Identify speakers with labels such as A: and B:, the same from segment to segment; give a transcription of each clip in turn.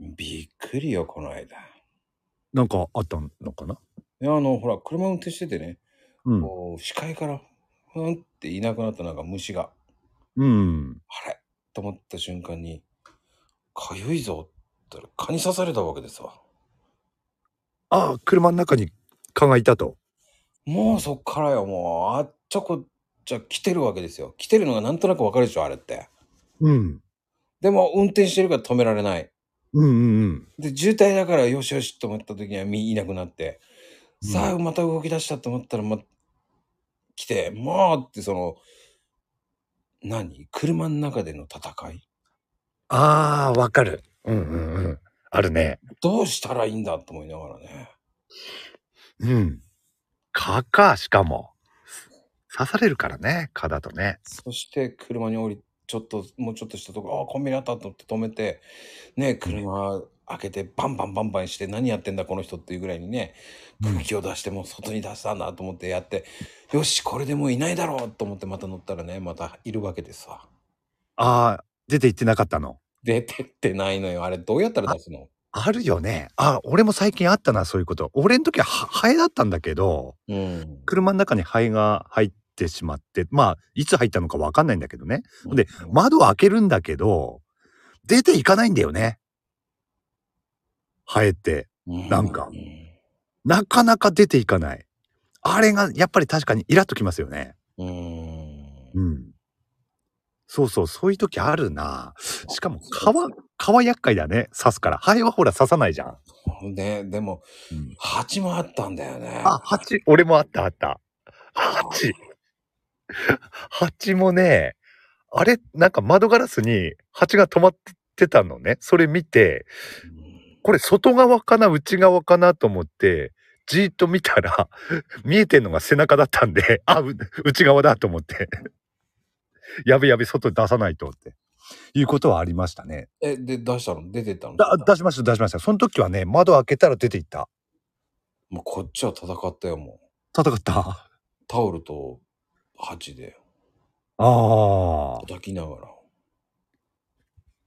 A: びっくりよ、この間。
B: なんかあったのかない
A: や、あの、ほら、車運転しててね、
B: うん。
A: こう、視界から、ふんっていなくなったなんか虫が、
B: うん。
A: あれと思った瞬間に、かゆいぞって言ったら蚊に刺されたわけですわ。
B: ああ、車の中に蚊がいたと。
A: もうそっからよ、もう、あっちゃこっちゃ来てるわけですよ。来てるのがなんとなくわかるでしょ、あれって。
B: うん。
A: でも、運転してるから止められない。
B: うんうん
A: で、渋滞だからよしよしと思った時にはみいなくなって、
B: う
A: さ
B: ん。
A: あ、また動き出したと思ったら、ま、来て、もうってその、何車の中での戦い
B: ああ、わかる。うんうんうん。あるね。
A: どうしたらいいんだと思いながらね。
B: うん。蚊か、しかも。刺されるからね、蚊だとね。
A: そして車に降り、ちょっと、もうちょっとしたとこ、ああ、コンビニあったと思って止めて、ね、
B: うん。
A: 車開けてバンバンバンバンして何やってんだこの人っていうぐらいにね、
B: う
A: 空
B: ん。
A: 気を出してもう外に出したんだと思ってやって、よし、これでもういないだろうと思ってまた乗ったらね、またいるわけですわ。
B: ああ、出て行ってなかったの。
A: 出てってないのよ。あれどうやったら
B: あ、
A: 出すの
B: あるよね。あ、俺も最近あったな、そういうこと。俺の時は、はハエだったんだけど、
A: うん。
B: 車の中に灰が入ってしまって、まあ、いつ入ったのかわかんないんだけどね。
A: う
B: で、
A: ん。
B: 窓を開けるんだけど、出ていかないんだよね。ハエって。
A: う
B: なん
A: ん。
B: か、なかなか出ていかない。あれが、やっぱり確かにイラっときますよね。
A: うん。
B: うん。そうそう、そういう時あるな。しかも、
A: そ
B: 蚊は、蚊は厄介だね。刺すから。ハエはほら刺さないじゃん。
A: うね、でも、
B: うん。
A: 蜂もあったんだよね。
B: あ、蜂。俺もあったあった。蜂。蜂もね、あれ、なんか窓ガラスに蜂が止まってたのね。それ見て、
A: うん
B: これ外側かな内側かなと思って、じーっと見たら、 見えてんのが背中だったんで、あ、う内側だと思って、やべやべ、外に出さないとって、いうことはありましたね。
A: え、で、出したの出てったのそ
B: だ、
A: れは。
B: 出しました、出しました。その時はね、窓開けたら出ていった。
A: もうこっちは戦ったよ、もう。
B: 戦った。
A: タオルと鉢で
B: ああ。
A: 叩きながら。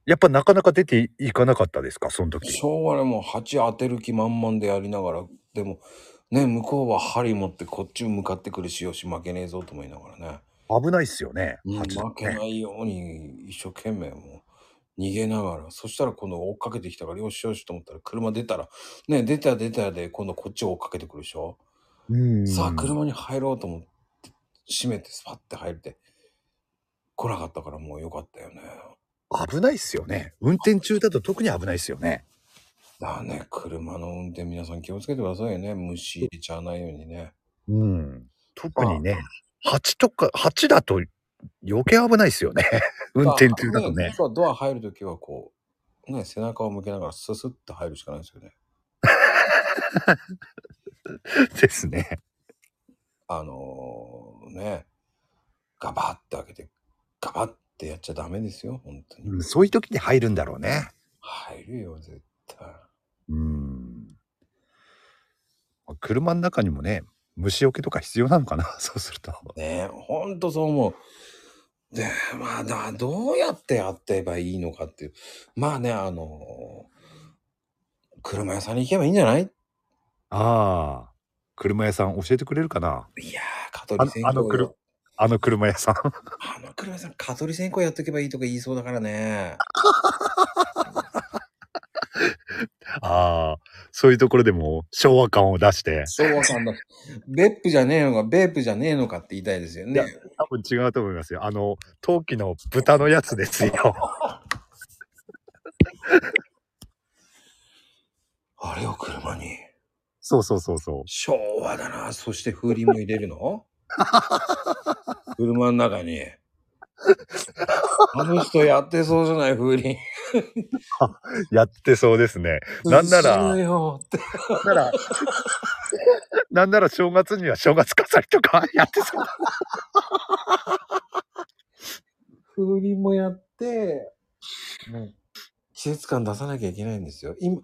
B: やっぱなかなか出ていかなかったですか、その時。
A: しょうがない、もう鉢当てる気満々でやりながら、でも、ね、向こうは針持ってこっち向かってくるしよし、負けねえぞと思いながらね。
B: 危ないっすよね、
A: うん、
B: 蜂だ
A: 負
B: と
A: け
B: ね。
A: ないように一生懸命もう逃げながら、そしたら今度追っかけてきたから、よしよしと思ったら車出たら、ね、出た出たで今度こっちを追っかけてくるでしょ。
B: う
A: さあ、
B: ーん。
A: 車に入ろうと思って、閉めてスパッて入って来なかったからもうよかったよね。
B: 危ないっすよね。運転中だと特に危ないっすよね。
A: だね、車の運転皆さん気をつけてくださいね。虫入れちゃわないようにね。
B: うん。特に
A: ま
B: ね、蜂とか、蜂だと余計危ないっす よね。運
A: あ、
B: 転中
A: ま
B: だ
A: あ
B: と
A: ね、
B: ね。
A: 本当はドア入るときはこう、ね、背中を向けながらススッと入るしかないですよね。
B: ですね。
A: あのーね、ガバッて開けて、ガバッてやっちゃダメですよ、本当に。
B: うん、そういう時に入るんだろうね。
A: 入るよ、絶対。
B: うん。車の中にもね、虫除けとか必要なのかな、 そうすると。
A: ねえ、ほんとそう思う。で、まあ、だどうやってやってればいいのかっていう。まあね、あのー車屋さんに行けばいいんじゃない
B: ああ、車屋さん教えてくれるかない
A: やー、蚊取
B: あ
A: り
B: の、
A: 線
B: あ
A: 香
B: の車、
A: よ。
B: あの車屋さん。
A: あの車屋さん、蚊取り線香やっとけばいいとか言いそうだからね。
B: ああ、そういうところでも昭和感を出して。
A: 昭和感だ。ベップじゃねえのか、ベープじゃねえのかって言いたいですよ
B: いや、
A: ね。
B: 多分違うと思いますよ。あの、陶器の豚のやつですよ。
A: あれを車に。
B: そうそうそうそう。
A: 昭和だな。そして風鈴も入れる の車の中に。あの人やってそうじゃない、風鈴。
B: あやってそうですね。な
A: 涼
B: んな
A: しいの
B: ら、
A: よって。
B: なら、なんなら正月には正月飾りとかやって そうだ。
A: 風鈴もやって、ね季節感出さなきゃいけないんですよ。今、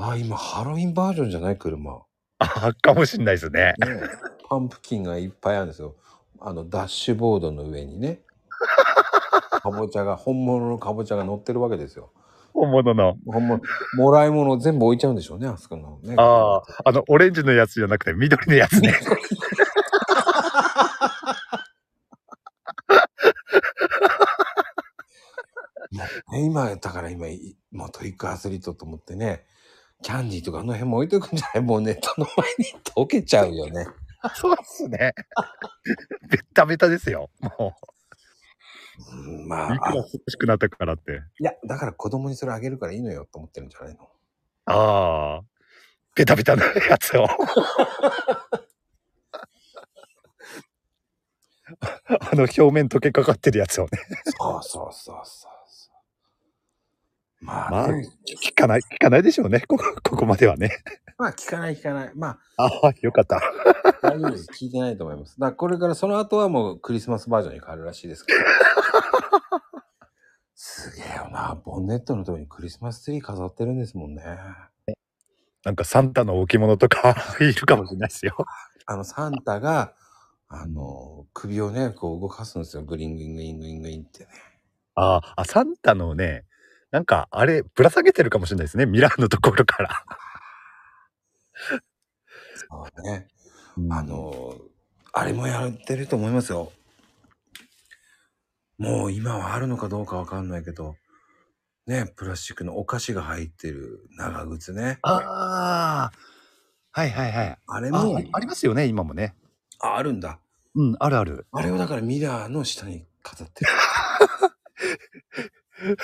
A: あ、今ハロウィンバージョンじゃない車。
B: あかもしんないですね。
A: ねえ、パンプキンがいっぱいあるんですよ。あの、ダッシュボー ドの上にね、かぼちゃが、本物のかぼちゃが乗ってるわけですよ。
B: 本物の。
A: ほんま、もらい物を全部置いちゃうんでしょうね、あそこのね。
B: ああ、あの、オレンジのやつじゃなくて緑のやつね。
A: ね今、だから今、い元行くアスリートと思ってね、キャンディーとかあの辺も置いとくんじゃないもうネタの前に溶けちゃうよね。
B: そうっすね。ベッタベタですよ。も
A: うん
B: う、
A: ま
B: いくら
A: あ、あ
B: 欲しくなったからって。
A: いや、だから子供にそれあげるからいいのよと思ってるんじゃないの
B: ああ、ベタベタなやつ を。あの表面溶けかかってるやつをね。
A: そうそうそうそうそう。ま
B: ま
A: あ、
B: あ
A: ね、
B: 聞かない、聞かないでしょうね。ここ、ここまではね。
A: まあ、聞かない聞かない。ま
B: ああ、よかった。
A: あ、大丈夫です。聞いてないと思います。だからこれからその後はもうクリスマスバージョンに変わるらしいですけど。すげえよな。ボンネットのとこにクリスマスツリー飾ってるんですもんね。
B: なんかサンタの置物と かいるかもしれないですよ。
A: あの、サンタが、あの、首をね、こう動かすんですよ。グリングリングリングリングリンってね。
B: あーあ、サンタのね、なんかあれ、ぶら下げてるかもしれないですね。ミラーのところから。
A: そうね。あ、の、あれもやってると思いますよ。もう今はあるのかどうかわかんないけど、ね、プラスチックのお菓子が入ってる長靴ね。
B: ああ、はいはいはい。
A: あれ
B: あ
A: も
B: ありますよね、今もね。
A: ああるんだ。
B: うん、あるある。
A: あれをだからミラーの下に飾って る。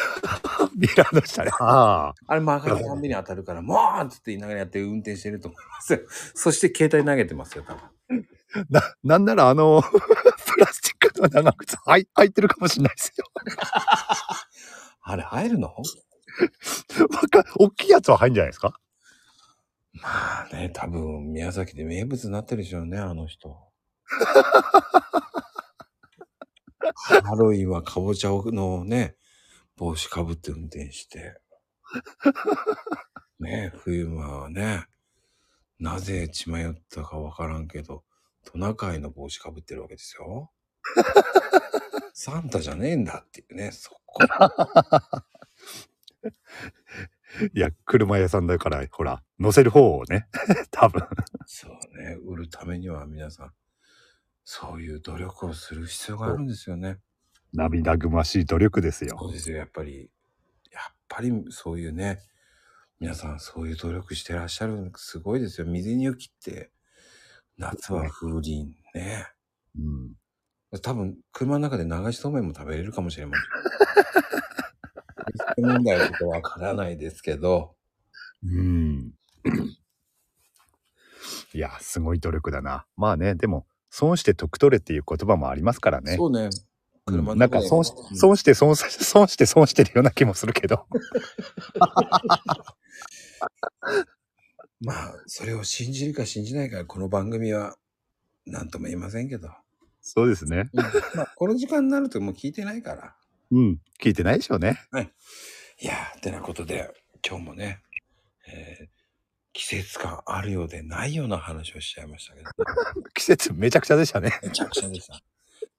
B: ミラーの下ね。ああ。
A: あれ曲がるたんびに当たるから、もうっつって言いながらやって運転してると思いますよ。そして携帯投げてますよ、多分。
B: な、なんならあの、 プラスチックの長靴はい履いてるかもしれないです
A: あれ入るの
B: よ。わか、大きいやつは入んじゃないですか
A: まあね、多分宮崎で名物になってるでしょうね、あの人。ハロウィンはかぼちゃのね、帽子かぶって運転して。ね冬間はね、なぜ血迷ったかわからんけど、トナカイの帽子かぶってるわけですよ。サンタじゃねえんだっていうね、そこ。
B: いや、車屋さんだから、ほら、乗せる方をね、 多分。
A: そうね、売るためには皆さん、そういう努力をする必要があるんですよね。
B: 涙ぐましい努力です
A: そ
B: よ。
A: うですよ、やっぱり。やっぱりそういうね、皆さんそういう努力してらっしゃるのすごいですよ。水に雪って、夏は風鈴ね。
B: うん。
A: 多分、車の中で流しそうめんも食べれるかもしれませ ん。問題はちょっとわからないですけど、
B: うん。 いや、すごい努力だな。まあね、でも、損して得取れっていう言葉もありますからね。
A: そうね、車
B: う
A: の
B: んなん
A: 中
B: か
A: で、
B: 損し損して損さ損して損してるような気もするけど。
A: まあ、それを信じるか信じないか、この番組は何とも言いませんけど、
B: そうですね。
A: まあ、この時間になるともう聞いてないから。
B: うん。聞いてないでしょうね。
A: いやー、てなことで、今日もね、えー季節感あるようでないような話をしちゃいましたけど、
B: 季節めちゃくちゃでしたね。
A: めちゃくちゃでした。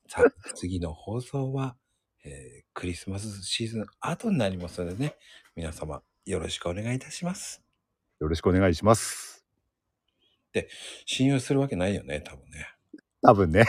A: さあ、次の放送は、えークリスマスシーズン後になりますのでね、皆様よろしくお願いいたします。
B: よろしくお願いします。
A: 信用するわけないよね、多分ね。
B: 多分ね。